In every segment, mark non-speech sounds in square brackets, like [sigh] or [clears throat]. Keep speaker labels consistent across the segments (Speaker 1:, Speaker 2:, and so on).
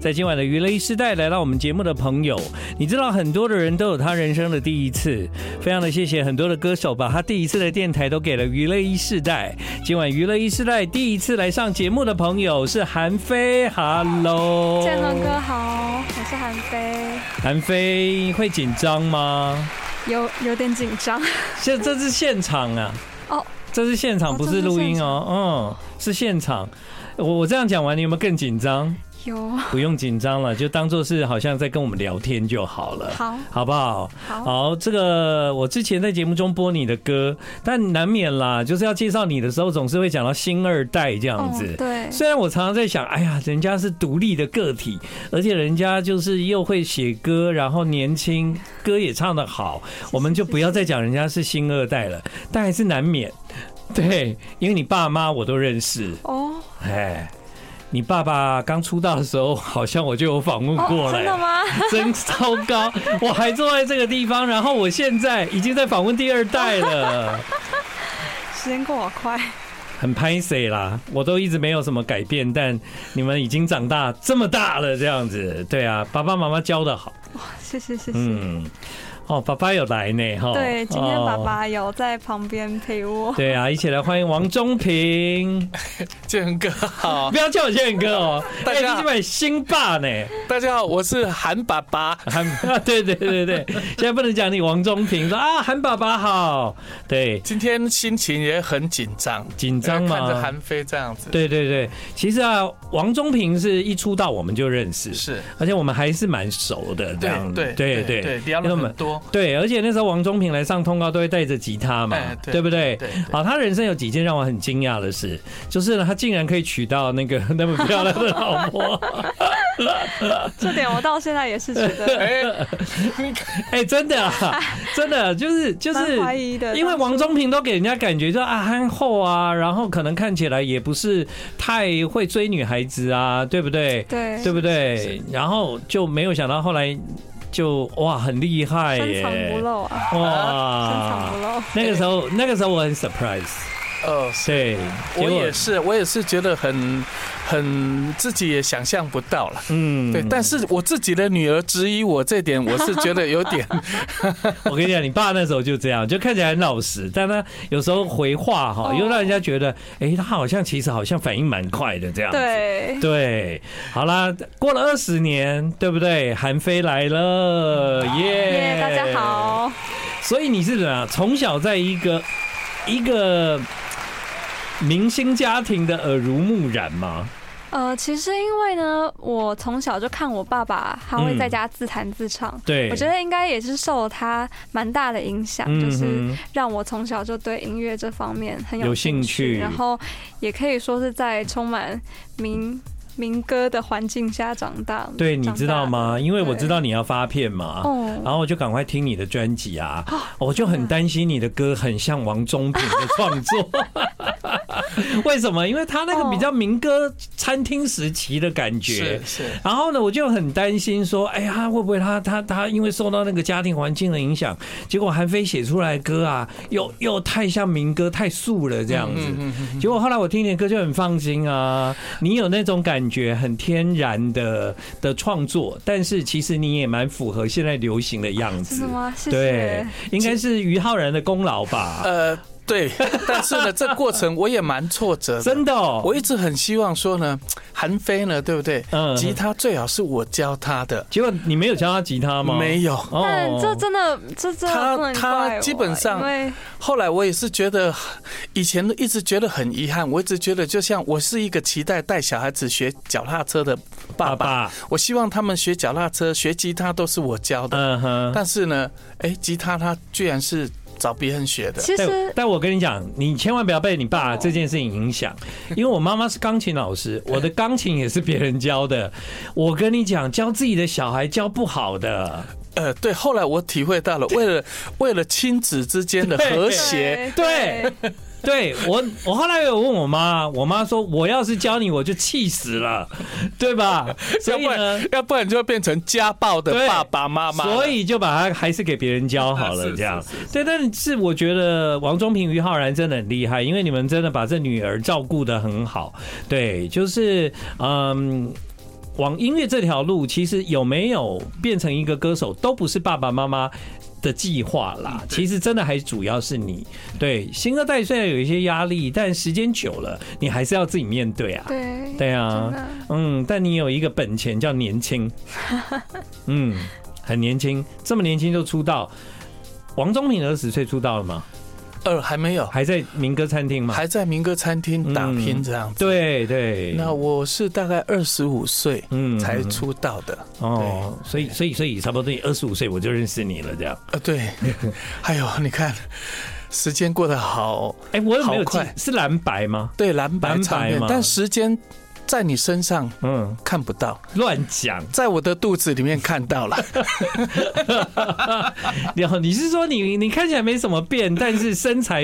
Speaker 1: 在今晚的娱乐一时代来到我们节目的朋友，你知道很多的人都有他人生的第一次，非常的谢谢很多的歌手把他第一次的电台都给了娱乐一世代。今晚娱乐一世代第一次来上节目的朋友是韩非，Hello，
Speaker 2: 建恒哥好，我是韩飞，
Speaker 1: 韩非会紧张吗？
Speaker 2: 有有点紧张。
Speaker 1: 现这是现场啊，
Speaker 2: 哦，
Speaker 1: 这是现场，
Speaker 2: 哦
Speaker 1: 不是录音哦，嗯，是现场。我我这样讲完，你有没有更紧张？
Speaker 2: [laughs] 有
Speaker 1: 不用紧张了，就当做是好像在跟我们聊天就好了，
Speaker 2: 好
Speaker 1: 好不好？
Speaker 2: 好
Speaker 1: 好，这个我之前在节目中播你的歌，但难免啦，就是要介绍你的时候，总是会讲到新二代这样子。
Speaker 2: 哦对，
Speaker 1: 虽然我常常在想，哎呀，人家是独立的个体，而且人家就是又会写歌，然后年轻，歌也唱得好，我们就不要再讲人家是新二代了，但还是难免。对，因为你爸妈我都认识，
Speaker 2: 哦
Speaker 1: 哎，你爸爸刚出道的时候，好像我就有访问过
Speaker 2: 哦，
Speaker 1: 了、
Speaker 2: 真的吗？
Speaker 1: [laughs] 真糟糕！我还坐在这个地方，然后我现在已经在访问第二代了，
Speaker 2: [laughs] [laughs] 时间过好快，
Speaker 1: 很拍 C 啦，我都一直没有什么改变，但你们已经长大这么大了，这样子，对啊，爸爸妈妈教的好，
Speaker 2: 谢谢谢谢。
Speaker 1: 嗯，哦，爸爸有来呢，哈，
Speaker 2: 对，今天爸
Speaker 1: 哦
Speaker 2: 爸有在旁边陪我。
Speaker 1: 对啊，一起来欢迎王中平！
Speaker 2: [laughs]
Speaker 3: 建恒哥好，
Speaker 1: 不要叫我建哥哦，
Speaker 3: 大家
Speaker 1: 哎你买新爸呢？
Speaker 3: 大家好，我是韩爸爸。
Speaker 1: 韩 [laughs] 啊，对对对对，现在不能讲你王中平说啊，韩爸爸好，对，
Speaker 3: 今天心情也很紧张，呃
Speaker 1: 紧张
Speaker 3: 看着
Speaker 1: 嘛，
Speaker 3: 韩非这样子，
Speaker 1: 对对对，其实啊，王中平是一出道我们就认识，
Speaker 3: 是，
Speaker 1: 而且我们还是蛮熟的，这
Speaker 3: 对
Speaker 1: 样，
Speaker 3: 对
Speaker 1: 对
Speaker 3: 对对，聊
Speaker 1: 因为
Speaker 3: 了
Speaker 1: 我
Speaker 3: 很
Speaker 1: 们
Speaker 3: 多，
Speaker 1: 对，而且那时候王中平来上通告都会带着吉他嘛
Speaker 3: 哎，对
Speaker 1: 对不对
Speaker 3: 对？对
Speaker 1: 啊，他人生有几件让我很惊讶的事，就是呢他竟然可以娶到那个 [laughs] 那么漂亮的老
Speaker 3: [laughs]
Speaker 1: 婆，
Speaker 2: 这点我到现在也是觉得
Speaker 3: 哎，
Speaker 1: 哎，真的啊，真的 [laughs] 就是就是
Speaker 2: 蛮怀疑的，
Speaker 1: 因为王宗平都给人家感觉就啊憨厚啊，然后可能看起来也不是太会追女孩子啊，对不对？
Speaker 2: 对
Speaker 1: 对不对？然后就没有想到后来就哇很厉害
Speaker 2: 深藏不
Speaker 1: 耶，
Speaker 2: 露啊，深藏
Speaker 1: 哇
Speaker 2: 不！露。
Speaker 1: 那个时候那个时候我很 surprise， [laughs]
Speaker 3: 哦，
Speaker 1: 对，结
Speaker 3: 我
Speaker 1: 果
Speaker 3: 也是，我也是觉得很很自己也想象不到了。
Speaker 1: 嗯
Speaker 3: 对，但是我自己的女儿质疑我这点，我是觉得
Speaker 1: [laughs]
Speaker 3: 有点
Speaker 1: 我跟你讲，你爸那时候就这样，就看起来很老实，但他有时候回话哈，
Speaker 2: 哦
Speaker 1: 又让人家觉得，哎，他好像其实好像反应蛮快的这样子。
Speaker 2: 对，
Speaker 1: 对，好啦，过了二十年，对不对？韩非来了，耶、
Speaker 2: 嗯耶，大家。好。
Speaker 1: 所以你是怎样？从小在一个一个明星家庭的耳濡目染吗？
Speaker 2: 呃，其实因为呢，我从小就看我爸爸，他会在
Speaker 1: 嗯
Speaker 2: 家自弹自唱，
Speaker 1: 对，
Speaker 2: 我觉得应该也是受他蛮大的影响，
Speaker 1: 嗯
Speaker 2: 就是
Speaker 1: 哼
Speaker 2: 让我从小就对音乐这方面很
Speaker 1: 有
Speaker 2: 有
Speaker 1: 兴趣
Speaker 2: 然后也可以说是在充满民民歌的环境下长大。
Speaker 1: 对，你
Speaker 2: 长
Speaker 1: 知道
Speaker 2: 大
Speaker 1: 吗？
Speaker 2: 的
Speaker 1: 因为我知。道
Speaker 2: 对
Speaker 1: 你要发片嘛。
Speaker 2: 哦，
Speaker 1: 然后我就赶快听你的专辑啊，我就很担心你的歌很像王中平的创
Speaker 2: [laughs]
Speaker 1: 作，为什么？因为他那
Speaker 2: 哦
Speaker 1: 个比较民歌餐厅时期的感觉
Speaker 3: 是，是
Speaker 1: 然后呢，我就很担心说，哎呀，会不会他他他因为受到那个家庭环境的影响，结果韩非写出来的歌啊，又又太像民歌，太素了这样子。
Speaker 3: 嗯嗯
Speaker 1: 结果后来我听你的歌就很放心啊，你有那种感觉，很天然的的创作，但是其实你也蛮符合现在流行的样
Speaker 2: 啊真
Speaker 1: 子
Speaker 2: 的。吗？谢
Speaker 1: 对
Speaker 2: 谢。，
Speaker 1: 应该是于浩然的功劳吧？
Speaker 3: 呃，对，但是呢，这过程我也蛮挫折的，
Speaker 1: 真的哦，
Speaker 3: 呃我一直很希望说呢，韩非呢，对不对？
Speaker 1: 嗯
Speaker 3: 吉他最好是我教他的，
Speaker 1: 结果你没有教他吉他吗？
Speaker 3: 没有。
Speaker 1: 哦，
Speaker 2: 但这真的，这真
Speaker 3: 他
Speaker 2: 的不能
Speaker 3: 他
Speaker 2: 怪我
Speaker 3: 基本上
Speaker 2: 因为
Speaker 3: 后来我也是觉得，以前一直觉得很遗憾，我一直觉得就像我是一个期待带小孩子学脚踏车的爸
Speaker 1: 爸
Speaker 3: 爸，
Speaker 1: 爸，
Speaker 3: 我希望他们学脚踏车、学吉他都是我教的，
Speaker 1: 嗯哼。
Speaker 3: 但是呢，哎，吉他他居然是找别人学的。
Speaker 2: 其
Speaker 1: 但
Speaker 2: 实哦
Speaker 1: 但我跟你讲，你千万不要被你爸这件事情影
Speaker 2: [laughs]
Speaker 1: 响，因为我妈妈是钢琴老师，我的钢琴也是别人教的。我跟你讲，教自己的小孩教不好的，
Speaker 3: 呃，对，后来我体会到了，为了为了亲子之间的
Speaker 1: 对
Speaker 3: 和
Speaker 1: 对
Speaker 3: 谐，
Speaker 1: 对对我，我后来有问我妈，我妈说我要是教你，我就气死了，对
Speaker 2: [laughs]
Speaker 1: 吧？所
Speaker 3: 要
Speaker 1: 以
Speaker 3: 不
Speaker 1: 呢
Speaker 3: 然。要不然就会变成家暴的
Speaker 1: 对
Speaker 3: 爸爸妈妈了。
Speaker 1: 所以就把它还是给别人教好了，
Speaker 3: 啊是
Speaker 1: 这样。对，但是我觉得王中平、于浩然真的很厉害，因为你们真的把这女儿照顾的很好。对，就是嗯。往音乐这条路，其实有没有变成一个歌手，都不是爸爸妈妈的计划
Speaker 3: 嗯
Speaker 1: 啦。其实真的还主要是你对新二代虽然有一些压力，但时间久了，你还是要自己面对啊。
Speaker 2: 对，
Speaker 1: [laughs] 对
Speaker 2: 真
Speaker 1: 啊，
Speaker 2: 的
Speaker 1: 嗯，但你有一个本钱叫年
Speaker 3: [laughs]
Speaker 1: 轻，嗯，很年轻，这么年轻就出道。王宗平二十岁出道了吗？
Speaker 3: 二呃还没有，
Speaker 1: 还在民歌餐厅吗？
Speaker 3: 还在民歌餐厅打
Speaker 1: 嗯
Speaker 3: 拼这样子。
Speaker 1: 对对，
Speaker 3: 那我是大概二十五岁
Speaker 1: 嗯
Speaker 3: 才出道的，
Speaker 1: 哦，所以所以所以差不多你二十五岁我就认识你了，这样。
Speaker 3: 呃，对， [laughs] 哎呦，你看，时间过得好，
Speaker 1: 哎、我有没有
Speaker 3: 好
Speaker 1: 记
Speaker 3: 快
Speaker 1: 是蓝白吗？
Speaker 3: 对，蓝白
Speaker 1: 蓝
Speaker 3: 唱
Speaker 1: 白
Speaker 3: 片
Speaker 1: 嘛，
Speaker 3: 但时间在你身上
Speaker 1: 嗯，
Speaker 3: 看不到，
Speaker 1: 乱讲。
Speaker 3: 在我的肚子里面看到了，
Speaker 1: 然后你是说你你看起来没什么变，但是身
Speaker 3: [laughs]
Speaker 1: 材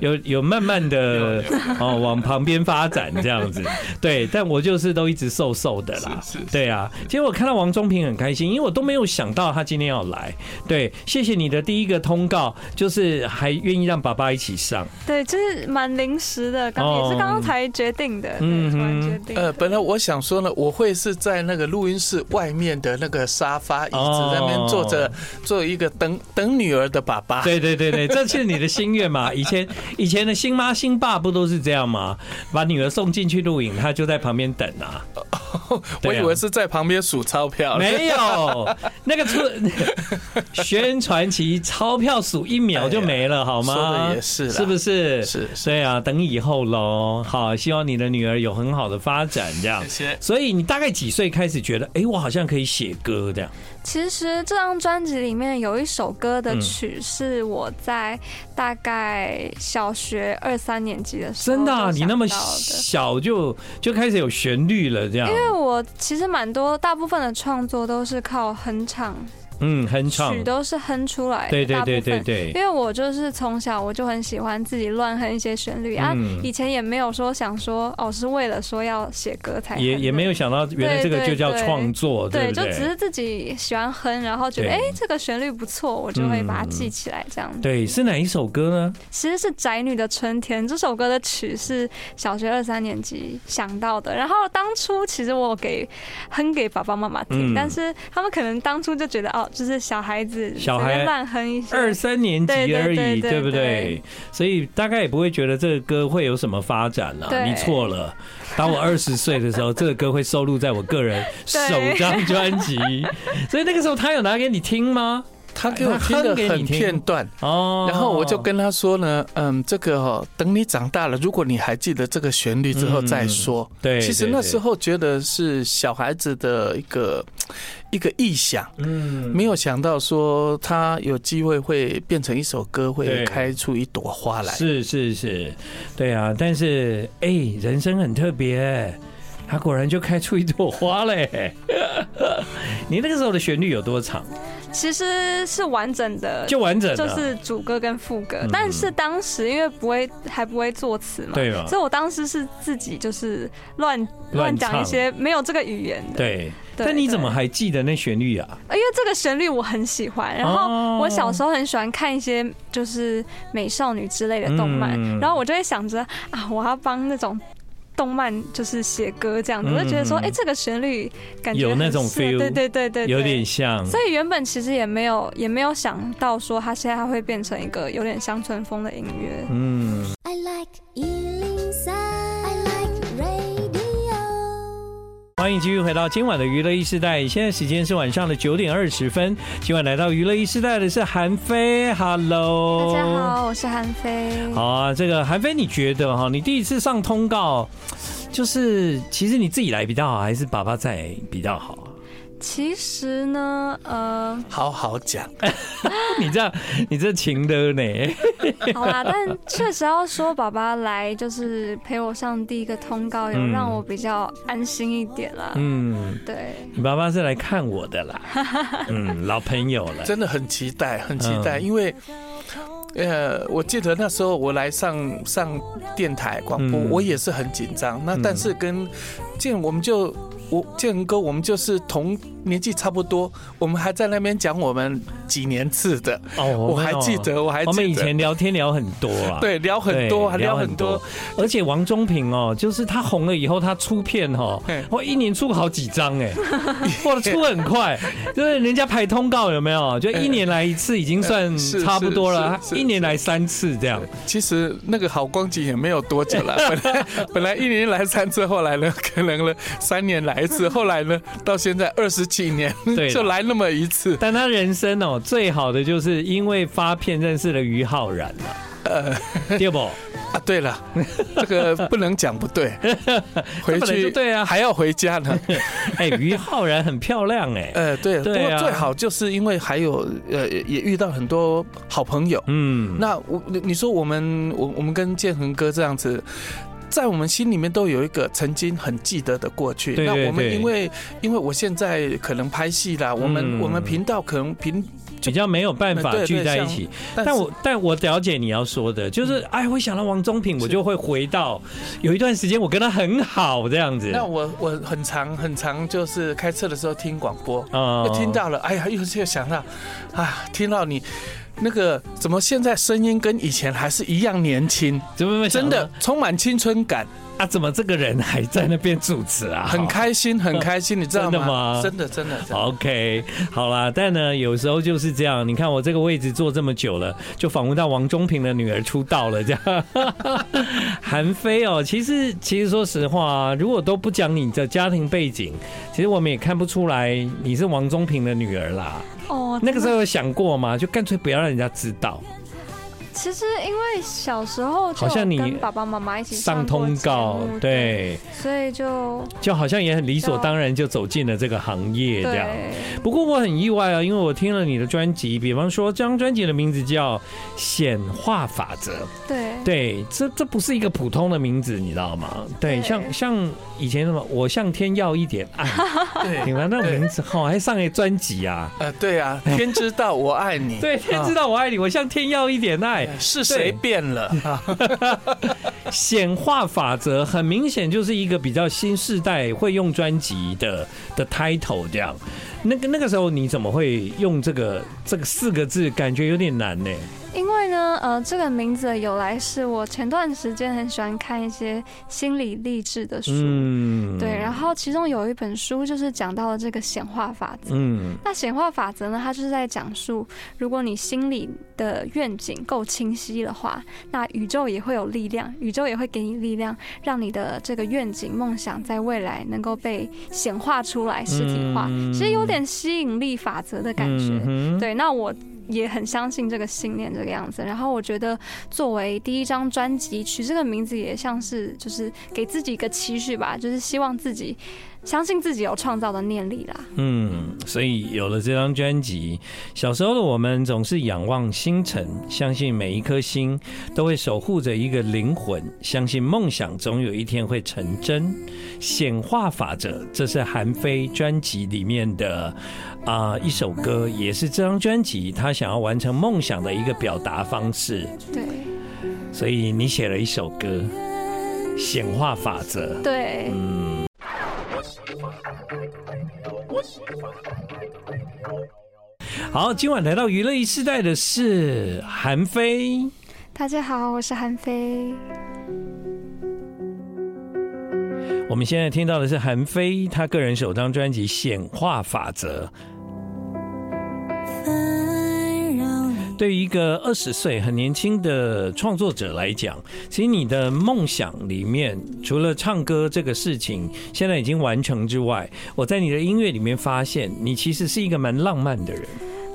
Speaker 1: 有有慢慢的哦往旁边发展这样子。对，但我就是都一直瘦瘦的啦。
Speaker 3: 是是
Speaker 1: 对啊，结果看到王宗平很开心，因为我都没有想到他今天要来。对，谢谢你的第一个通告，就是还愿意让爸爸一起上。
Speaker 2: 对，就是蛮临时的，刚
Speaker 1: 哦
Speaker 2: 也是刚刚才决定的，
Speaker 1: 嗯
Speaker 2: 对，突然决
Speaker 1: 哼
Speaker 2: 定的。
Speaker 3: 呃，本来我想说呢，我会是在那个录音室外面的那个沙发椅
Speaker 1: 哦
Speaker 3: 子在那边坐着，做一个等等女儿的爸爸。
Speaker 1: 对对对对，这是你的心愿
Speaker 3: [laughs]
Speaker 1: 嘛？以前以前的新妈新爸不都是这样吗？把女儿送进去录影，他就在旁边等啊。
Speaker 3: 我
Speaker 1: 对啊
Speaker 3: 以为是在旁边数钞票，
Speaker 1: 没有，那个出
Speaker 3: [laughs]
Speaker 1: 宣传期钞票数一秒就没了，好吗？
Speaker 3: 说得也是啦
Speaker 1: 是不是？
Speaker 3: 是是
Speaker 1: 对啊，等以后喽。好，希望你的女儿有很好的发展，这样
Speaker 3: 谢。谢。
Speaker 1: 所以你大概几岁开始觉得，哎、我好像可以写歌这样？
Speaker 2: 其实这张专辑里面有一首歌
Speaker 1: 嗯
Speaker 2: 的曲是我在大概小学二三年级的时候
Speaker 1: 真的、啊，
Speaker 2: 就
Speaker 1: 你
Speaker 2: 想
Speaker 1: 那么
Speaker 2: 到的
Speaker 1: 小就就开始有旋律了，这样
Speaker 2: 因？为我其实蛮多，大部分的创作都是靠哼唱，
Speaker 1: 嗯，哼唱。
Speaker 2: 曲都是哼出来的。
Speaker 1: 对对
Speaker 2: 大部
Speaker 1: 对
Speaker 2: 分
Speaker 1: 对对。
Speaker 2: 因为我就是从小我就很喜欢自己乱哼一些旋律、啊
Speaker 1: 嗯，
Speaker 2: 以前也没有说想说哦是为了说要写歌才
Speaker 1: 也
Speaker 2: 哼
Speaker 1: 也
Speaker 2: 的
Speaker 1: 没有想到，原来这个就叫创作，
Speaker 2: 对，
Speaker 1: 不
Speaker 2: 就只
Speaker 1: 对？
Speaker 2: 是自己喜欢哼，然后觉得
Speaker 1: 对嗯
Speaker 2: 哎、诶这个旋律不错，我就会把它记起来这样子。
Speaker 1: 对，是哪一首歌呢？
Speaker 2: 其实是《宅女的春天》这首歌的曲是小学二三年级想到的，然后当初其实我有给哼给爸爸妈妈听，
Speaker 1: 嗯
Speaker 2: 但是他们可能当初就觉得哦，就是小孩子
Speaker 1: 小孩
Speaker 2: 随便乱哼一些，
Speaker 1: 二三年级而已，
Speaker 2: 对对对对
Speaker 1: 不对
Speaker 2: 对？
Speaker 1: 所以大概也不会觉得这个歌会有什么发展啦、
Speaker 2: 对
Speaker 1: 你错了，当我二十岁的时候，这个歌会收录在我个人首
Speaker 2: [laughs] 对
Speaker 1: 张专
Speaker 2: [laughs]
Speaker 1: 辑。所以那个时候他有拿给你听吗？
Speaker 3: 他给我听
Speaker 1: 哎他哼
Speaker 3: 的
Speaker 1: 给你
Speaker 3: 很
Speaker 1: 听
Speaker 3: 片段，
Speaker 1: 哦，
Speaker 3: 然后我就跟他说呢，嗯，这个哦，等你长大了，如果你还记得这个旋律之后
Speaker 1: 嗯
Speaker 3: 再说。
Speaker 1: 哎对，
Speaker 3: 其实那时
Speaker 1: 候
Speaker 3: 候觉得是小孩子的一个一个臆想，
Speaker 1: 嗯
Speaker 3: 没有想到说他有机会会变成一首
Speaker 1: 对
Speaker 3: 歌，会开出一朵花来。
Speaker 1: 是是是，对啊，但是哎、人生很特别，它果然就开出一朵花
Speaker 2: [laughs]
Speaker 1: 嘞。你那个时候的旋律有多长？
Speaker 2: 其实是完整的，
Speaker 1: 就完整
Speaker 2: 就
Speaker 1: 了，
Speaker 2: 是主歌跟副歌。
Speaker 1: 嗯
Speaker 2: 但是当时因为不会还不会作词嘛，
Speaker 1: 对嘛
Speaker 2: 所以我当时是自己就是乱
Speaker 1: 乱
Speaker 2: 乱讲
Speaker 1: 唱
Speaker 2: 一些没有这个语言的。
Speaker 1: 对。
Speaker 2: 对
Speaker 1: 但你怎么
Speaker 2: 对
Speaker 1: 还记得那旋律啊？
Speaker 2: 因为这个旋律我很喜欢，然
Speaker 1: 哦
Speaker 2: 后我小时候很喜欢看一些就是美少女之类的动漫，
Speaker 1: 嗯
Speaker 2: 然后我就会想着啊，我要帮那种动漫就是写歌这样子，
Speaker 1: 嗯
Speaker 2: 我就觉得说，
Speaker 1: 嗯
Speaker 2: 哎、这个旋律感觉
Speaker 1: 有
Speaker 2: 很
Speaker 1: 那种
Speaker 2: 适合
Speaker 1: feel，
Speaker 2: 对对对对，对
Speaker 1: 有点。像，
Speaker 2: 所以原本其实也没有也没有想到说它现在会变成一个有点乡村风的音乐，
Speaker 1: 嗯，
Speaker 4: I like Ealing Sound. I like radio.
Speaker 1: 欢迎继续回到今晚的娱乐一时代，现在时间是晚上的九点二十分。今晚来到娱乐一时代的是韩飞，Hello，
Speaker 2: 大家。好，我是韩飞。
Speaker 1: 哦好啊，这个韩飞，你觉得哈，你第一次上通告，就是其实你自己来比较好，还是爸爸在比较好 [laughs] 啊？
Speaker 2: 其实呢，呃，
Speaker 3: 好好讲，
Speaker 1: 你这样，你这情的呢？
Speaker 2: [laughs] 好啦，但确实要说，爸爸来就是陪我上第一个通告，有
Speaker 1: 嗯
Speaker 2: 让我比较安心一点啦。
Speaker 1: 嗯，
Speaker 2: 对，
Speaker 1: 你爸爸是来看我的
Speaker 2: [laughs]
Speaker 1: 啦，嗯，老朋友了，
Speaker 3: 真的很期待，很期
Speaker 1: 嗯
Speaker 3: 待，因为。呃，我记得那时候我来上上电台广播，
Speaker 1: 嗯
Speaker 3: 我也是很紧张。那但是跟，这样我们就我建哥，我们就是同年纪差不多，我们还在那边讲我们几年次的，
Speaker 1: 哦，
Speaker 3: 我
Speaker 1: 们
Speaker 3: 还
Speaker 1: 哦
Speaker 3: 记得，我还记得。
Speaker 1: 我们以前聊天聊很多啊，
Speaker 3: 对聊很多，
Speaker 1: 对
Speaker 3: 还聊很多。，
Speaker 1: 而且王中平哦，就是他红了以后，他出片哦
Speaker 3: 嘿，
Speaker 1: 我一年出好几张哎， [laughs] 哇，出很快，就是人家排通告有没有？就一年来一次，已经算
Speaker 3: 嗯是
Speaker 1: 差不多了，
Speaker 3: 是是
Speaker 1: 他
Speaker 3: 是
Speaker 1: 一年来三次这样。
Speaker 3: 其实那个好光景也没有多久了，
Speaker 1: [laughs]
Speaker 3: 本来本来一年来三次，后来呢，可能呢三年来一次，后来呢，到现在二十几年
Speaker 1: 对
Speaker 3: 就来那么一次。
Speaker 1: 但他人生哦，最好的就是因为发片认识了于浩然了，对不？
Speaker 3: 啊，对了，这个不能讲不
Speaker 1: [laughs]
Speaker 3: 对，回
Speaker 1: 这本来就
Speaker 3: 去
Speaker 1: 对啊
Speaker 3: 还要回家
Speaker 1: [laughs]
Speaker 3: 呢。
Speaker 1: 哎，于浩然很漂亮哎，
Speaker 3: 呃，对，不
Speaker 1: 对啊
Speaker 3: 过最好就是因为还有呃，也遇到很多好朋友。
Speaker 1: 嗯，
Speaker 3: 那我你你说我们我我们跟建恒哥这样子。在我们心里面都有一个曾经很记得的过去。
Speaker 1: 对对
Speaker 3: 那我们
Speaker 1: 对
Speaker 3: 因为因为我现在可能拍戏啦，我们、
Speaker 1: 嗯
Speaker 3: 我们频道可能频，
Speaker 1: 比较没有办法
Speaker 3: 嗯对对
Speaker 1: 聚在一
Speaker 3: 像
Speaker 1: 起。
Speaker 3: 但
Speaker 1: 但
Speaker 3: 是嗯
Speaker 1: 我但我了解你要说的，就是哎，我想到王宗平，我
Speaker 3: 是
Speaker 1: 就会回到有一段时间我跟他很好这样子。
Speaker 3: 那我我很常很常就是开车的时候听广播，
Speaker 1: 啊
Speaker 3: 又听到了，哎呀，又又想到，啊，听到你那个怎么现在声音跟以前还是一样年轻，
Speaker 1: 怎么
Speaker 3: 真的充满青春感，
Speaker 1: 啊？怎么这个人还在那边主持啊？
Speaker 3: 很开心，很开心，你知道
Speaker 1: 真的吗
Speaker 3: 吗？真的真的真的。
Speaker 1: OK，好啦，但呢，有时候就是这样。你看我这个位置坐这么久了，就访问到王中平的女儿出道了，这样。 [laughs] 韩非哦，其实其实说实话、啊，如果都不讲你的家庭背景，其实我们也看不出来你是王中平的女儿啦。
Speaker 2: 哦，
Speaker 1: [laughs] 那个时
Speaker 2: 候
Speaker 1: 候有想过吗？就干脆不要让人家知道，
Speaker 2: 其实因为小时候就
Speaker 1: 好像你
Speaker 2: 跟爸爸妈妈一起
Speaker 1: 上
Speaker 2: 过
Speaker 1: 通告
Speaker 2: 节目，，
Speaker 1: 对，
Speaker 2: 所以就
Speaker 1: 就好像也很理所当然就走进了这个行业这样。
Speaker 2: 对
Speaker 1: 不过我很意外啊，因为我听了你的专辑，比方说这张专辑的名字叫《显化法则》，
Speaker 2: 对
Speaker 1: 对，这这不是一个普通的名字，你知道吗？对，
Speaker 2: 对
Speaker 1: 像像以前什么，我向天要一点 [laughs] 爱，你
Speaker 3: 对，
Speaker 1: 们那个名字好，还上了专辑啊。
Speaker 3: 呃，对啊，天知道我爱你。
Speaker 1: 对，天知道我爱你，我向天要一点爱。
Speaker 3: 啊是谁变了啊？
Speaker 1: 显化法则很明显就是一个比较新世代会用专辑的的 title 这样。那个那个时候你怎么会用这个这个四个字？感觉有点难呢、
Speaker 2: 因为呢，呃，这个名字的由来是我前段时间很喜欢看一些心理励志的书，
Speaker 1: 嗯，
Speaker 2: 对，然后其中有一本书就是讲到了这个显化法则。
Speaker 1: 嗯
Speaker 2: 那显化法则呢，它就是在讲述，如果你心里的愿景够清晰的话，那宇宙也会有力量，宇宙也会给你力量，让你的这个愿景、梦想在未来能够被显化出来、实体化。
Speaker 1: 嗯
Speaker 2: 其实有点吸引力法则的感觉。
Speaker 1: 嗯哼
Speaker 2: 对，那我也很相信这个信念这个样子。然后我觉得，作为第一张专辑，取这个名字也像是就是给自己一个期许吧，就是希望自己相信自己有创造的念力啦。
Speaker 1: 嗯，所以有了这张专辑，小时候的我们总是仰望星辰，相信每一颗星都会守护着一个灵魂，相信梦想总有一天会成真。显化法则，这是韩非专辑里面的啊、一首歌，也是这张专辑他想要完成梦想的一个表达方式。
Speaker 2: 对
Speaker 1: 所以你写了一首歌《显化法则》。
Speaker 2: 对，
Speaker 1: 好，今晚来到娱乐一世代的是韩非。
Speaker 2: 大家好，我是韩飞。
Speaker 1: 我们现在听到的是韩非他个人首张专辑《显化法则
Speaker 4: 烦扰你》。
Speaker 1: 对于一个二十岁很年轻的创作者来讲，其实你的梦想里面，除了唱歌这个事情现在已经完成之外，我在你的音乐里面发现，你其实是一个蛮浪漫的人。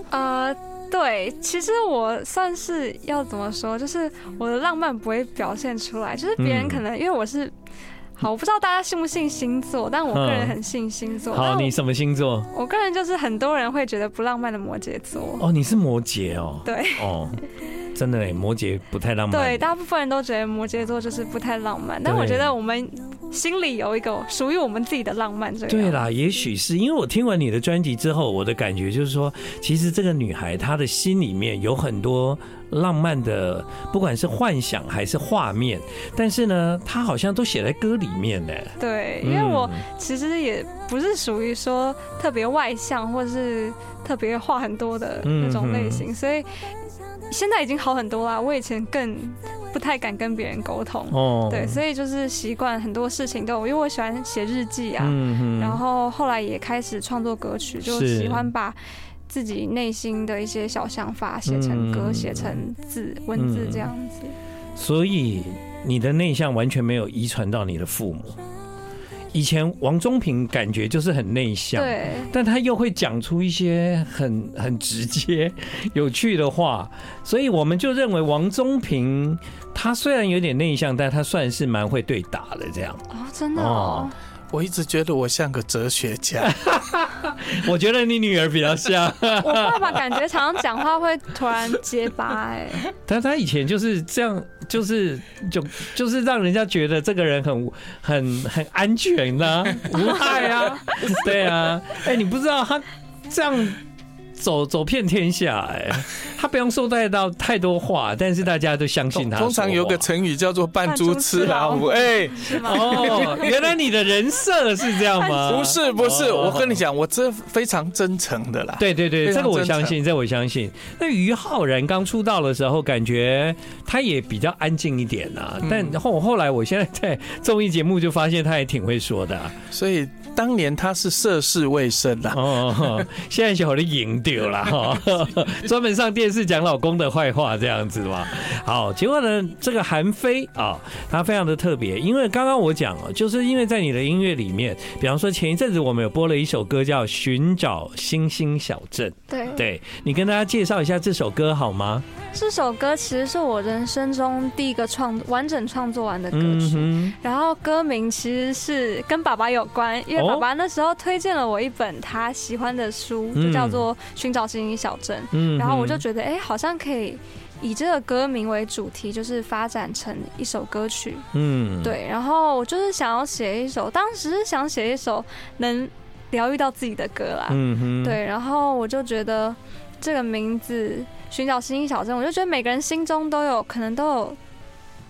Speaker 2: 呃，对，其实我算是要怎么说，就是我的浪漫不会表现出来，就是别人
Speaker 1: 嗯
Speaker 2: 可能、因为我是。好，我不知道大家信不信星座，但我个人
Speaker 1: 嗯
Speaker 2: 很信星座。但
Speaker 1: 好，
Speaker 2: 我
Speaker 1: 你什么星座？
Speaker 2: 我个人就是很多人会觉得不浪漫的摩羯座，
Speaker 1: 哦，你是摩羯哦。
Speaker 2: 对
Speaker 1: 哦，真的嘞，摩羯不太浪漫。
Speaker 2: 对，大部分人都觉得摩羯座就是不太浪漫，但我
Speaker 1: 对
Speaker 2: 觉得我们心里有一个属于我们自己的浪漫。这个
Speaker 1: 对，啦，也许是因为我听完你的专辑之后，我的感觉就是说，其实这个女孩她的心里面有很多浪漫的，不管是幻想还是画面，但是呢，她好像都写在歌里面呢。
Speaker 2: 对，因为我
Speaker 1: 嗯
Speaker 2: 其实也不是属于说特别外向或是特别话很多的那种类
Speaker 1: 嗯
Speaker 2: 型，所以现在已经好很多啦。我以前更不太敢跟别人沟通，
Speaker 1: 哦
Speaker 2: 对，所以就是习惯很多事情都，因为我喜欢写日记啊，
Speaker 1: 嗯哼
Speaker 2: 然后后来也开始创作歌曲，就是喜欢把自己内心的一些小想法写成歌、
Speaker 1: 嗯
Speaker 2: 写成字、文字
Speaker 1: 嗯
Speaker 2: 这样子。
Speaker 1: 所以你的内向完全没有遗传到你的父母。以前王中平感觉就是很内向，
Speaker 2: 对，
Speaker 1: 但他又会讲出一些很很直接、有趣的话，所以我们就认为王宗平他虽然有点内向，但他算是蛮会对打的。这样，
Speaker 2: 哦，真的哦，
Speaker 3: 我一直觉得我像个哲学家，
Speaker 1: 我觉得你女儿比较像，
Speaker 2: 我爸爸感觉常常讲话会突然结巴、哎，
Speaker 1: [laughs] 但他以前就是这样，就是就就是让人家觉得这个人很很很安全 [laughs] 呐、无害啊，对啊。哎、你不知道他这样。走走遍天下、哎，他不用受带到太多话，但是大家都相 [laughs] 信
Speaker 3: 通
Speaker 1: 他
Speaker 3: 通
Speaker 1: 说
Speaker 3: 常有
Speaker 1: 话
Speaker 3: 个成语叫做“扮猪吃老虎”。哎，
Speaker 2: 是吗？
Speaker 1: 哦，原来你的人设是这样吗？
Speaker 3: 不是不是，
Speaker 1: 哦
Speaker 3: 我跟你讲，我这非常真诚的啦。
Speaker 1: 对对对，这
Speaker 3: 非常
Speaker 1: 个我
Speaker 3: 真诚
Speaker 1: 相信，这个我相信。那于浩然刚出道的时候，感觉他也比较安静一点啊。
Speaker 3: 嗯
Speaker 1: 但后后来，我现在在综艺节目就发现他也挺会说的啊、
Speaker 3: 所以当年他是涉世未深
Speaker 1: [laughs]
Speaker 3: 啦。
Speaker 1: 哦。现在小孩都赢丢
Speaker 2: [laughs]
Speaker 1: 了哈，专门上电视讲老公的坏话这样子嘛。好，结果呢，这个韩非啊，他非常的特别，因为刚刚我讲哦，就是因为在你的音乐里面，比方说前一阵子我们有播了一首歌叫《寻找星星小镇》。
Speaker 2: 对，
Speaker 1: 对你跟大家介绍一下这首歌好吗？
Speaker 2: 这首歌其实是我人生中第一个创完整创作完的歌曲。
Speaker 1: 嗯哼，
Speaker 2: 然后歌名其实是跟爸爸有关，因为
Speaker 1: 哦
Speaker 2: 爸爸那时候推荐了我一本他喜欢的书，
Speaker 1: 嗯
Speaker 2: 就叫做《寻找星星小镇》。
Speaker 1: 嗯
Speaker 2: 然后我就
Speaker 1: 哼
Speaker 2: 觉得，哎，好像可以以这个歌名为主题，就是发展成一首歌曲。
Speaker 1: 嗯，
Speaker 2: 对，然后我就是想要写一首，当时是想写一首能疗愈到自己的歌啦。
Speaker 1: 嗯哼，
Speaker 2: 啊对，然后我就觉得这个名字“寻找星星小镇”，我就觉得每个人心中都有可能都有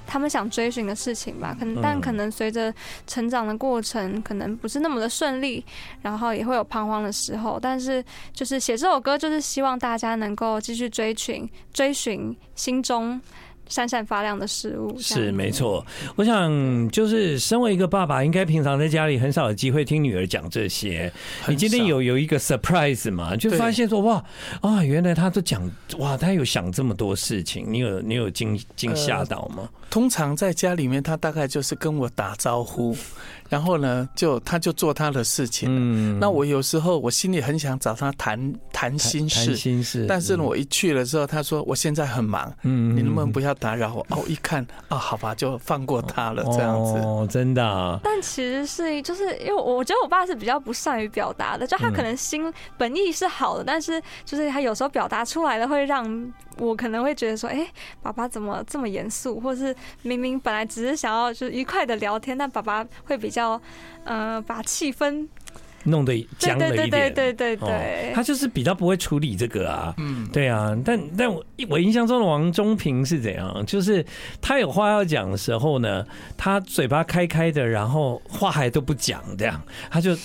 Speaker 2: 他们想追寻的事情吧，可能但
Speaker 1: 嗯
Speaker 2: 可能随着成长的过程，可能不是那么的顺利，然后也会有彷徨的时候。但是就是写这首歌，就是希望大家能够继续追寻追寻心中闪闪发亮的事物。这样
Speaker 1: 是
Speaker 2: 子
Speaker 1: 没。错。我想，就是身为一个爸爸，应该平常在家里很少有机会听女儿讲这些。你今天
Speaker 3: 很少
Speaker 1: 有有一个 surprise 嘛，就
Speaker 3: 对
Speaker 1: 发现说哇啊，原来他都讲哇，他有想这么多事情，你有你有惊惊吓到吗？
Speaker 3: 通常在家里面，他大概就是跟我打招呼，然后呢，就他就做他的事情。
Speaker 1: 嗯
Speaker 3: 那我有时候我心里很想找他谈谈
Speaker 1: 谈
Speaker 3: 心
Speaker 1: 谈
Speaker 3: 事，
Speaker 1: 心事，
Speaker 3: 但是呢，
Speaker 1: 嗯
Speaker 3: 我一去了之后，他说我现在很忙，
Speaker 1: 嗯
Speaker 3: 你能不能
Speaker 1: 嗯
Speaker 3: 不要打扰我？哦，一看啊，好吧，就放过他了，这样子。
Speaker 1: 哦，真的啊，
Speaker 2: 但其实是就是因为我我觉得我爸是比较不善于表达的，就他
Speaker 1: 嗯
Speaker 2: 可能心、本意是好的，但是就是他有时候表达出来了，会让我可能会觉得说，哎、爸爸怎么这么严肃，或是明明本来只是想要就是愉快的聊天，但爸爸会比较呃把气氛
Speaker 1: 弄得
Speaker 2: 对
Speaker 1: 僵了
Speaker 2: 对
Speaker 1: 一
Speaker 2: 对
Speaker 1: 点，
Speaker 2: 对对
Speaker 1: 哦
Speaker 2: 对对，
Speaker 1: 他就是比较不会处理这个啊。
Speaker 3: 嗯，
Speaker 1: 对啊，但但我我印象中的王中平是怎样？就是他有话要讲的时候呢，他嘴巴开开的，然后话还都不讲，这样他就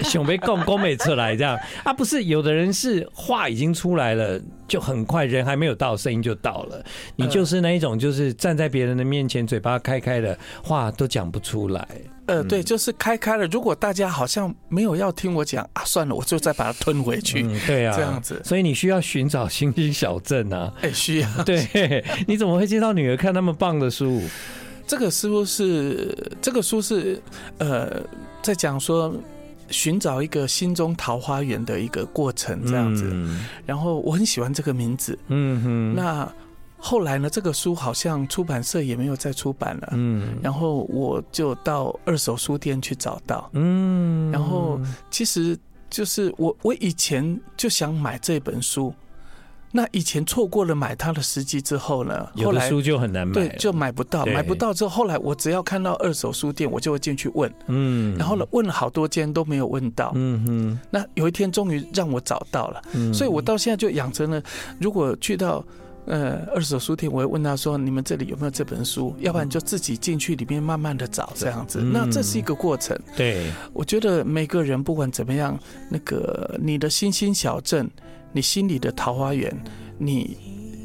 Speaker 1: 想被供供美出来这样啊？不是，有的人是话已经出来了，就很快人还没有到，声音就到了。你就是那一种，就是站在别人的面前，嘴巴开开的，话都讲不出来。嗯
Speaker 3: 呃，对，就是开开了。如果大家好像没有要听我讲啊，算了，我就再把它吞回去。
Speaker 1: 嗯，对啊，
Speaker 3: 这样子
Speaker 1: 所以你需要寻找星星小镇啊。
Speaker 3: 哎、需
Speaker 1: [laughs]
Speaker 3: 要
Speaker 1: 对，你怎么会介绍女儿看那么棒的书？
Speaker 3: 这个书是这个书是呃，在讲说寻找一个心中桃花源的一个过程这样子。
Speaker 1: 嗯
Speaker 3: 然后我很喜欢这个名字。
Speaker 1: 嗯哼，
Speaker 3: 那后来呢，这个书好像出版社也没有再出版了。
Speaker 1: 嗯
Speaker 3: 然后我就到二手书店去找到。
Speaker 1: 嗯
Speaker 3: 然后其实就是我，我以前就想买这本书，那以前错过了买它的时机之后呢，后
Speaker 1: 有的
Speaker 3: 来
Speaker 1: 书就很难买
Speaker 3: 对
Speaker 1: 了，
Speaker 3: 就买不到，
Speaker 1: 对
Speaker 3: 买不到之后，后来我只要看到二手书店，我就会进去问，
Speaker 1: 嗯
Speaker 3: 然后呢，问了好多间都没有问到。
Speaker 1: 嗯哼
Speaker 3: 那有一天终于让我找到了，
Speaker 1: 嗯，
Speaker 3: 所以我到现在就养成了，如果去到。呃，二手书店我会问他说：“你们这里有没有这本书？要不然你就自己进去里面慢慢的找这样子。
Speaker 1: 嗯
Speaker 3: 那这是一个过程，
Speaker 1: 对
Speaker 3: 我觉得每个人不管怎么样，那个你的星星小镇，你心里的桃花源，你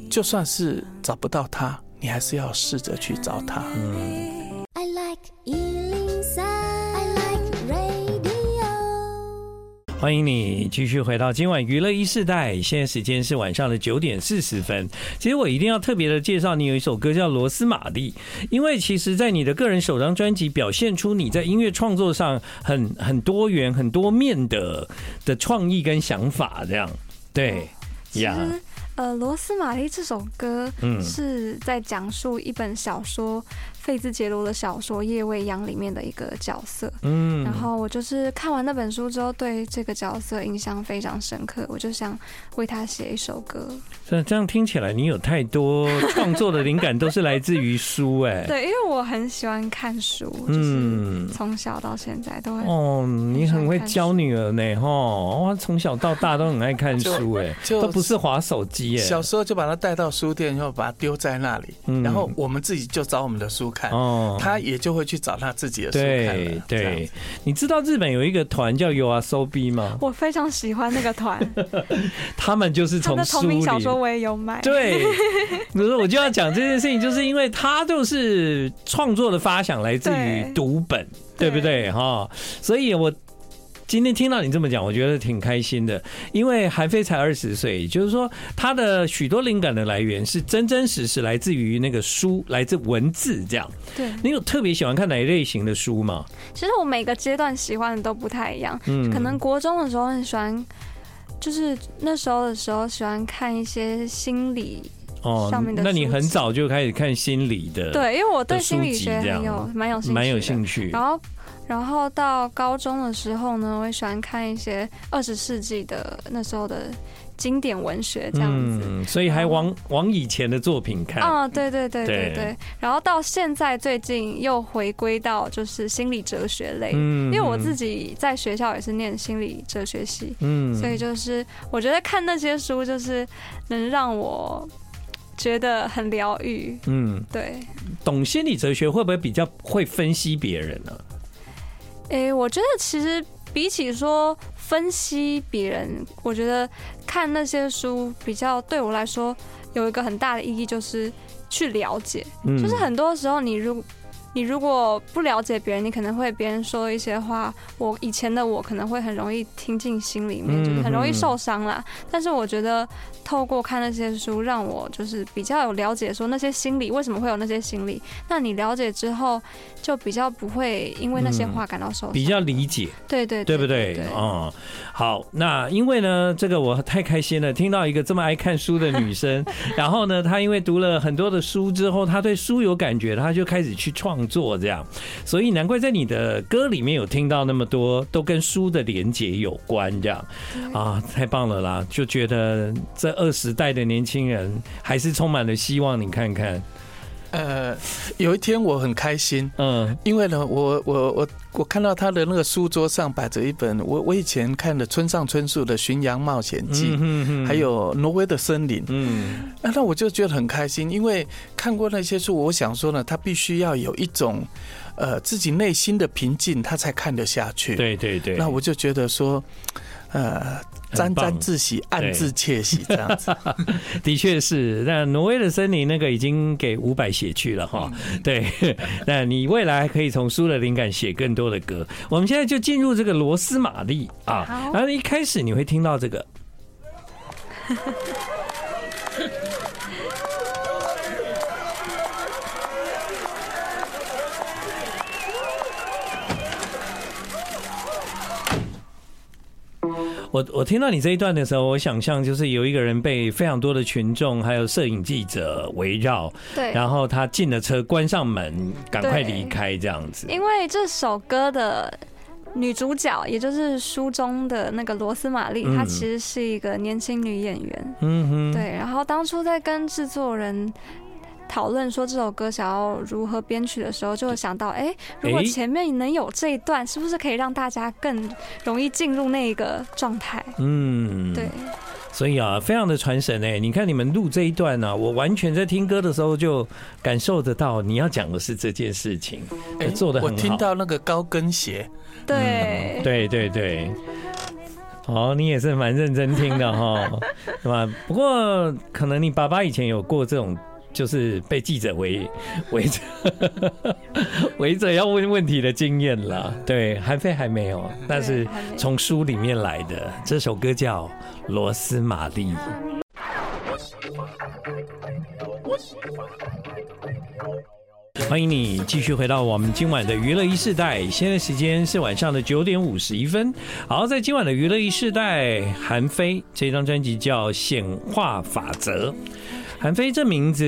Speaker 3: 就算是找不到它，你还是要试着去找它。
Speaker 1: 嗯
Speaker 4: I like Ealing Sound. I like radio.
Speaker 1: 欢迎你继续回到今晚娱乐一世代，现在时间是晚上的九点四十分。其实我一定要特别的介绍你有一首歌叫《罗斯玛丽》，因为其实，在你的个人首张专辑表现出你在音乐创作上很很多元、很多面的的创意跟想法，这样对
Speaker 2: 其实，呃，《罗斯玛丽》这首歌
Speaker 1: 嗯
Speaker 2: 是在讲述一本小说，费兹杰罗的小说《夜未央》里面的一个角色。
Speaker 1: 嗯
Speaker 2: 然后我就是看完那本书之后，对这个角色印象非常深刻，我就想为他写一首歌。
Speaker 1: 这这样听起来，你有太多创作的灵感都是来自于书哎、
Speaker 2: [laughs] 对，因为我很喜欢看书，就是
Speaker 1: 嗯。
Speaker 2: 从小到现在
Speaker 3: 哎
Speaker 2: 都很。
Speaker 1: 哦，你很会教女儿呢，吼！哇，从小到大都很爱看书，哎，
Speaker 3: 就
Speaker 1: 都不是划手机耶。
Speaker 3: 小时候就把它带到书店，然后把它丢在那里，
Speaker 1: 嗯
Speaker 3: 然后我们自己就找我们的书看，
Speaker 1: 哦，
Speaker 3: 他也就会去找他自己的书看
Speaker 1: 对
Speaker 3: 了。这样
Speaker 1: 对，你知道日本有一个团叫 You Are So B 吗？
Speaker 2: 我非常喜欢那
Speaker 1: [laughs]
Speaker 2: 个团，
Speaker 1: 他们就是
Speaker 2: 他
Speaker 1: 从
Speaker 2: 的
Speaker 1: 书
Speaker 2: 同
Speaker 1: 里
Speaker 2: 名小说我也有买。
Speaker 1: 对，可是我就要讲这件事情，就是因为他就是创作的发想来自于
Speaker 2: 对
Speaker 1: 读本，对不对哈？所以我。今天听到你这么讲，我觉得挺开心的，因为韩非才二十岁，就是说他的许多灵感的来源是真真实实来自于那个书，来自文字这样。
Speaker 2: 对，
Speaker 1: 你有特别喜欢看哪一类型的书吗？
Speaker 2: 其实我每个阶段喜欢的都不太一样，
Speaker 1: 嗯
Speaker 2: 可能国中的时候很喜欢，就是那时候的时候喜欢看一些心理，
Speaker 1: 哦
Speaker 2: 上面，的
Speaker 1: 那你
Speaker 2: 书
Speaker 1: 很
Speaker 2: 籍
Speaker 1: 早就开始看心理的，，
Speaker 2: 对，因为我对
Speaker 1: 的书
Speaker 2: 心理
Speaker 1: 籍啊哦
Speaker 2: 学
Speaker 1: 这样
Speaker 2: 很有蛮有兴趣，
Speaker 1: 蛮有兴趣。
Speaker 2: 然后，然后到高中的时候呢，我也喜欢看一些二十世纪的那时候的经典文学这样子。
Speaker 1: 嗯，所以还往往以前的作品看。
Speaker 2: 啊、对对对对
Speaker 1: 对
Speaker 2: 对然后到现在最近又回归到就是心理哲学类，
Speaker 1: 嗯
Speaker 2: 因为我自己在学校也是念心理哲学系，
Speaker 1: 嗯
Speaker 2: 所以就是我觉得看那些书就是能让我觉得很疗愈。
Speaker 1: 嗯，
Speaker 2: 对，
Speaker 1: 懂心理哲学会不会比较会分析别人呢、
Speaker 2: 诶，我觉得其实比起说分析别人，我觉得看那些书比较对我来说有一个很大的意义，就是去了解。
Speaker 1: 嗯，
Speaker 2: 就是很多时候你如你如果不了解别人，你可能会别人说一些话，我以前的我可能会很容易听进心里
Speaker 1: 嗯
Speaker 2: 面，就是很容易受伤啦。但是我觉得透过看那些书，让我就是比较有了解，说那些心理为什么会有那些心理。那你了解之后，就比较不会因为那些话感到受伤，
Speaker 1: 嗯比较理解，
Speaker 2: 对
Speaker 1: [laughs]
Speaker 2: 对
Speaker 1: 对不
Speaker 2: 对
Speaker 1: 对？哦、好，那因为呢，这个我太开心了，听到一个这么爱看书的女
Speaker 2: [laughs]
Speaker 1: 生，然后呢，她因为读了很多的书之后，她对书有感觉，她就开始去创作这样，所以难怪在你的歌里面有听到那么多都跟书的连结有关这样啊，太棒了啦！就觉得这二十代的年轻人还是充满了希望，你看看，
Speaker 3: 呃，有一天我很开心，
Speaker 1: 嗯。
Speaker 3: 因为呢，我我我我看到他的那个书桌上摆着一本我我以前看的村上春树的《巡洋冒险记》
Speaker 1: 嗯
Speaker 3: 还，有挪威的森林，
Speaker 1: 嗯
Speaker 3: 啊，那我就觉得很开心，因为看过那些书，我想说呢，他必须要有一种，呃，自己内心的平静，他才看得下去。
Speaker 1: 嗯，，对对对，
Speaker 3: 那我就觉得说，呃，沾
Speaker 1: 很棒
Speaker 3: 沾自喜，暗自窃喜这样子。
Speaker 1: 的确是。那挪威的森林那个已经给伍佰写去了哈，
Speaker 2: 嗯
Speaker 1: 对。那你未来可以从书的灵感写更多的歌。我们现在就进入这个罗斯玛丽啊
Speaker 2: 好，
Speaker 1: 然后一开始你会听到这个。我我听到你这一段的时候，我想象就是有一个人被非常多的群众还有摄影记者围绕，
Speaker 2: 对。
Speaker 1: 然后他进了车，关上门，赶快
Speaker 2: 对
Speaker 1: 离开这样子。
Speaker 2: 因为这首歌的女主角，也就是书中的那个罗斯玛丽，她
Speaker 1: 嗯
Speaker 2: 其实是一个年轻女演员。
Speaker 1: 嗯哼，
Speaker 2: 对，然后当初在跟制作人。讨论说这首歌想要如何编曲的时候，就会想到，哎、如果
Speaker 1: 诶
Speaker 2: 前面能有这一段，是不是可以让大家更容易进入那个状态？
Speaker 1: 嗯，
Speaker 2: 对，
Speaker 1: 所以啊，非常的传神哎、你看你们录这一段呢、我完全在听歌的时候就感受得到你要讲的是这件事情。
Speaker 3: 哎
Speaker 1: 做得很
Speaker 3: 我
Speaker 1: 好
Speaker 3: 听到那个高跟鞋，
Speaker 1: 嗯
Speaker 2: 对，
Speaker 1: 对对对。哦，你也是蛮认真听的哈， [laughs] 是吧？不过可能你爸爸以前有过这种，就是被记者围 [laughs] 围着围着要问问题的经验啦。对，韩非还没有，但是
Speaker 2: 对还没
Speaker 1: 从书里面来的。这首歌叫《罗斯玛丽》。欢迎你继续回到我们今晚的娱乐一世代，现在时间是晚上的九点五十一分。好，在今晚的娱乐一世代，韩非这张专辑叫《显化法则》。韩非这名字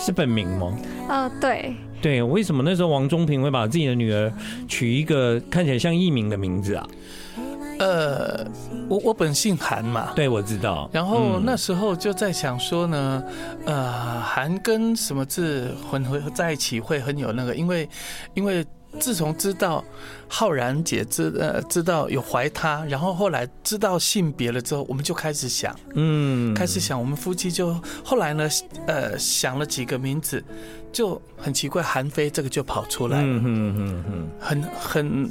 Speaker 1: 是本名吗？
Speaker 2: 呃，对，
Speaker 1: 嗯对，为什么那时候王中平会把自己的女儿取一个看起来像艺名的名字啊？
Speaker 3: 呃，我我本姓韩嘛，
Speaker 1: 对，我知道。
Speaker 3: 然后
Speaker 1: 嗯
Speaker 3: 那时候就在想说呢，呃，韩跟什么字混合在一起会很有那个，因为因为自从知道浩然姐知呃知道有怀他，然后后来知道性别了之后，我们就开始想，
Speaker 1: 嗯
Speaker 3: 开始想我们夫妻就后来呢，呃，想了几个名字，就很奇怪，韩非这个就跑出来了。
Speaker 1: 嗯哼哼哼，
Speaker 3: 很很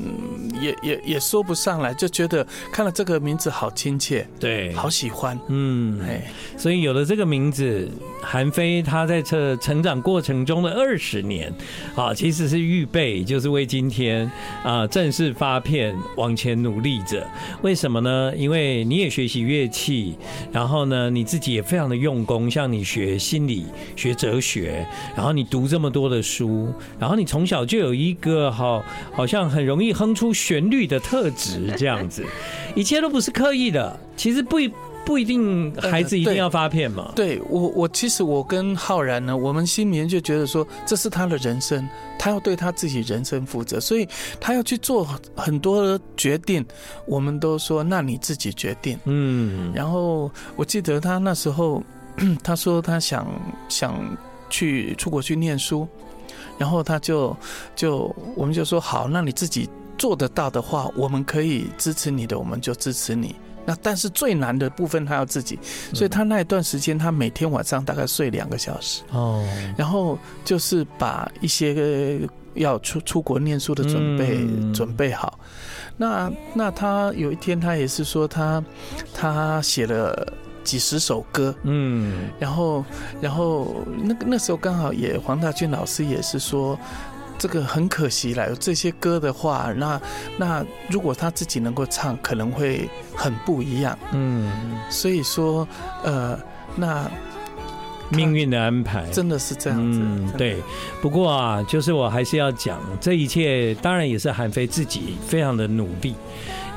Speaker 3: 也也也说不上来，就觉得看了这个名字好亲切，
Speaker 1: 对，
Speaker 3: 好，喜欢。
Speaker 1: 哎嗯，
Speaker 3: 哎，
Speaker 1: 所以有了这个名字，韩非他在这成长过程中的二十年，啊，其实是预备，就是为今天啊正式发片往前努力着。为什么呢？因为你也学习乐器，然后呢，你自己也非常的用功，像你学心理、学哲学，然后你读这么多的书，然后你从小就有一个好，好像很容易哼出旋律的特质，这样子，一切都不是刻意的。其实不一不一定孩子一定要发片嘛，
Speaker 3: 对我我其实我跟浩然呢，我们心里面就觉得说，这是他的人生，他要对他自己人生负责，所以他要去做很多的决定，我们都说那你自己决定。
Speaker 1: 嗯，
Speaker 3: 然后我记得他那时候， [clears throat] 他说他想想去出国去念书，然后他就就我们就说好，那你自己做得到的话，我们可以支持你的，我们就支持你。那但是最难的部分他要自己，所以他那一段时间，他每天晚上大概睡两个小时，
Speaker 1: 哦，
Speaker 3: 然后就是把一些呃要出出国念书的准备、
Speaker 1: 嗯
Speaker 3: 准备好。那那他有一天，他也是说他他写了几十首歌，
Speaker 1: 嗯
Speaker 3: 然后然后那个那时候刚好也黄大军老师也是说。这个很可惜了，有这些歌的话，那那如果他自己能够唱，可能会很不一样。
Speaker 1: 嗯，
Speaker 3: 所以说，呃，那
Speaker 1: 命运的安排，
Speaker 3: 真的是这样子。真的
Speaker 1: 嗯对，不过啊，就是我还是要讲，这一切当然也是韩非自己非常的努力，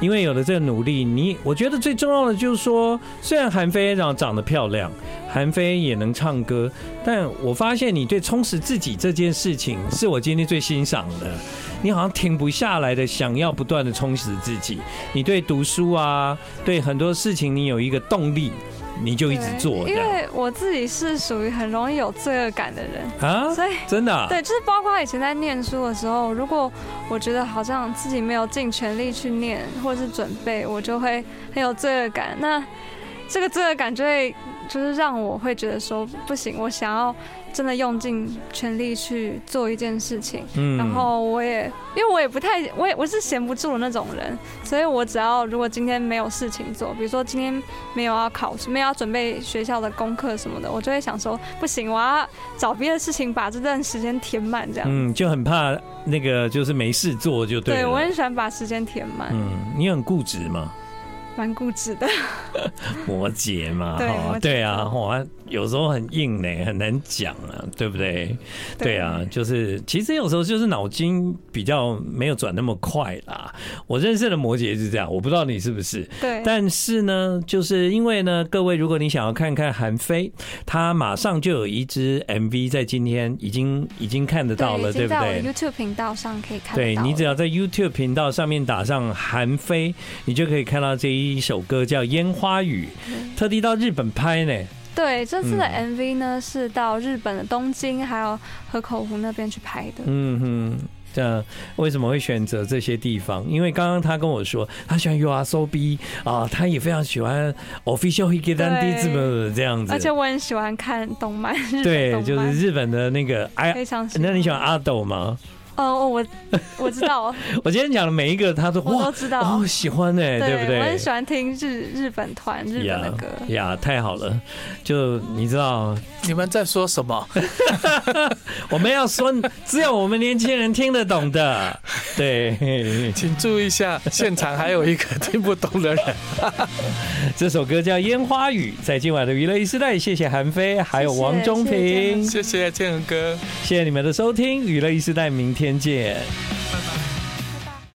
Speaker 1: 因为有了这个努力，你我觉得最重要的就是说，虽然韩非长长得漂亮，韩非也能唱歌，但我发现你对充实自己这件事情，是我今天最欣赏的。你好像停不下来的，想要不断的充实自己。你对读书啊，对很多事情，你有一个动力，你就一直
Speaker 2: 对
Speaker 1: 做这
Speaker 2: 因
Speaker 1: 样
Speaker 2: 为我自己是属于很容易有罪恶感的人，
Speaker 1: 啊，
Speaker 2: 所以
Speaker 1: 真的啊、
Speaker 2: 对，就是包括以前在念书的时候，如果我觉得好像自己没有尽全力去念或是准备，我就会很有罪恶感。那这个罪恶感就会就是让我会觉得说不行，我想要真的用尽全力去做一件事情。
Speaker 1: 嗯
Speaker 2: 然后我也，因为我也不太，我也我是闲不住的那种人，所以我只要如果今天没有事情做，比如说今天没有要考试，没有要准备学校的功课什么的，我就会想说，不行，我要找别的事情把这段时间填满，这样。
Speaker 1: 嗯，就很怕那个就是没事做就对了。嗯
Speaker 2: 我很喜欢把时间填满。
Speaker 1: 嗯，你很固执嘛？
Speaker 2: 蛮固执 [laughs] 的。
Speaker 1: 摩羯嘛，
Speaker 2: 对摩羯
Speaker 1: 对啊，哇，有时候很硬呢、很难讲啊，对不对？对啊，就是其实有时候就是脑筋比较没有转那么快啦。我认识的摩羯是这样，我不知道你是不是。
Speaker 2: 对，
Speaker 1: 但是呢，就是因为呢，各位，如果你想要看看韩非，他马上就有一支 MV 在今天已经已经看得到了，对
Speaker 2: 已经
Speaker 1: 不
Speaker 2: 在我
Speaker 1: 对
Speaker 2: 的？YouTube 频道上可以看得
Speaker 1: 对
Speaker 2: 到
Speaker 1: 你
Speaker 2: 了
Speaker 1: 只要在 YouTube 频道上面打上韩非，你就可以看到这一首歌叫《烟花雨》，
Speaker 2: 嗯
Speaker 1: 特地到日本拍呢。
Speaker 2: 对这次的
Speaker 1: 嗯
Speaker 2: MV 呢、是到日本的东京还有河口湖那边去拍的。
Speaker 1: 嗯哼。这为什么会选择这些地方？因为刚刚他跟我说，他喜欢 U R S O B 啊，他也非常喜欢 Official h i g i d a n d i
Speaker 2: 对
Speaker 1: 什么这样子
Speaker 2: 而。且我很喜欢看动漫，日
Speaker 1: 对，
Speaker 2: 本动
Speaker 1: 就
Speaker 2: 漫
Speaker 1: 是日本的那个哎，
Speaker 2: 非常喜 [laughs] 欢。
Speaker 1: 那你喜欢阿斗吗？
Speaker 2: 哦，我我知
Speaker 1: [laughs]
Speaker 2: 道，
Speaker 1: 我今天讲的每一个，他都
Speaker 2: 我
Speaker 1: 哇
Speaker 2: 都，知
Speaker 1: 我
Speaker 2: 道
Speaker 1: 好。喜欢哎、对不对？
Speaker 2: 我很喜欢听日日本团日本的歌。
Speaker 1: 呀，太好了！就你知道，
Speaker 3: 你们在说什么？
Speaker 1: [laughs] 我们要说，只有我们年轻人听得懂
Speaker 2: [laughs]
Speaker 1: 的。对，
Speaker 3: 请注意一下，现场还有一个听不懂的人。
Speaker 1: 这首歌叫《烟花雨》。在今晚的娱乐一时代，谢谢韩非，还有
Speaker 2: 谢谢
Speaker 1: 王中
Speaker 2: 谢谢建
Speaker 1: 平，
Speaker 3: 谢谢建恒哥。
Speaker 1: 谢谢你们的收听，娱乐一时代，明天见。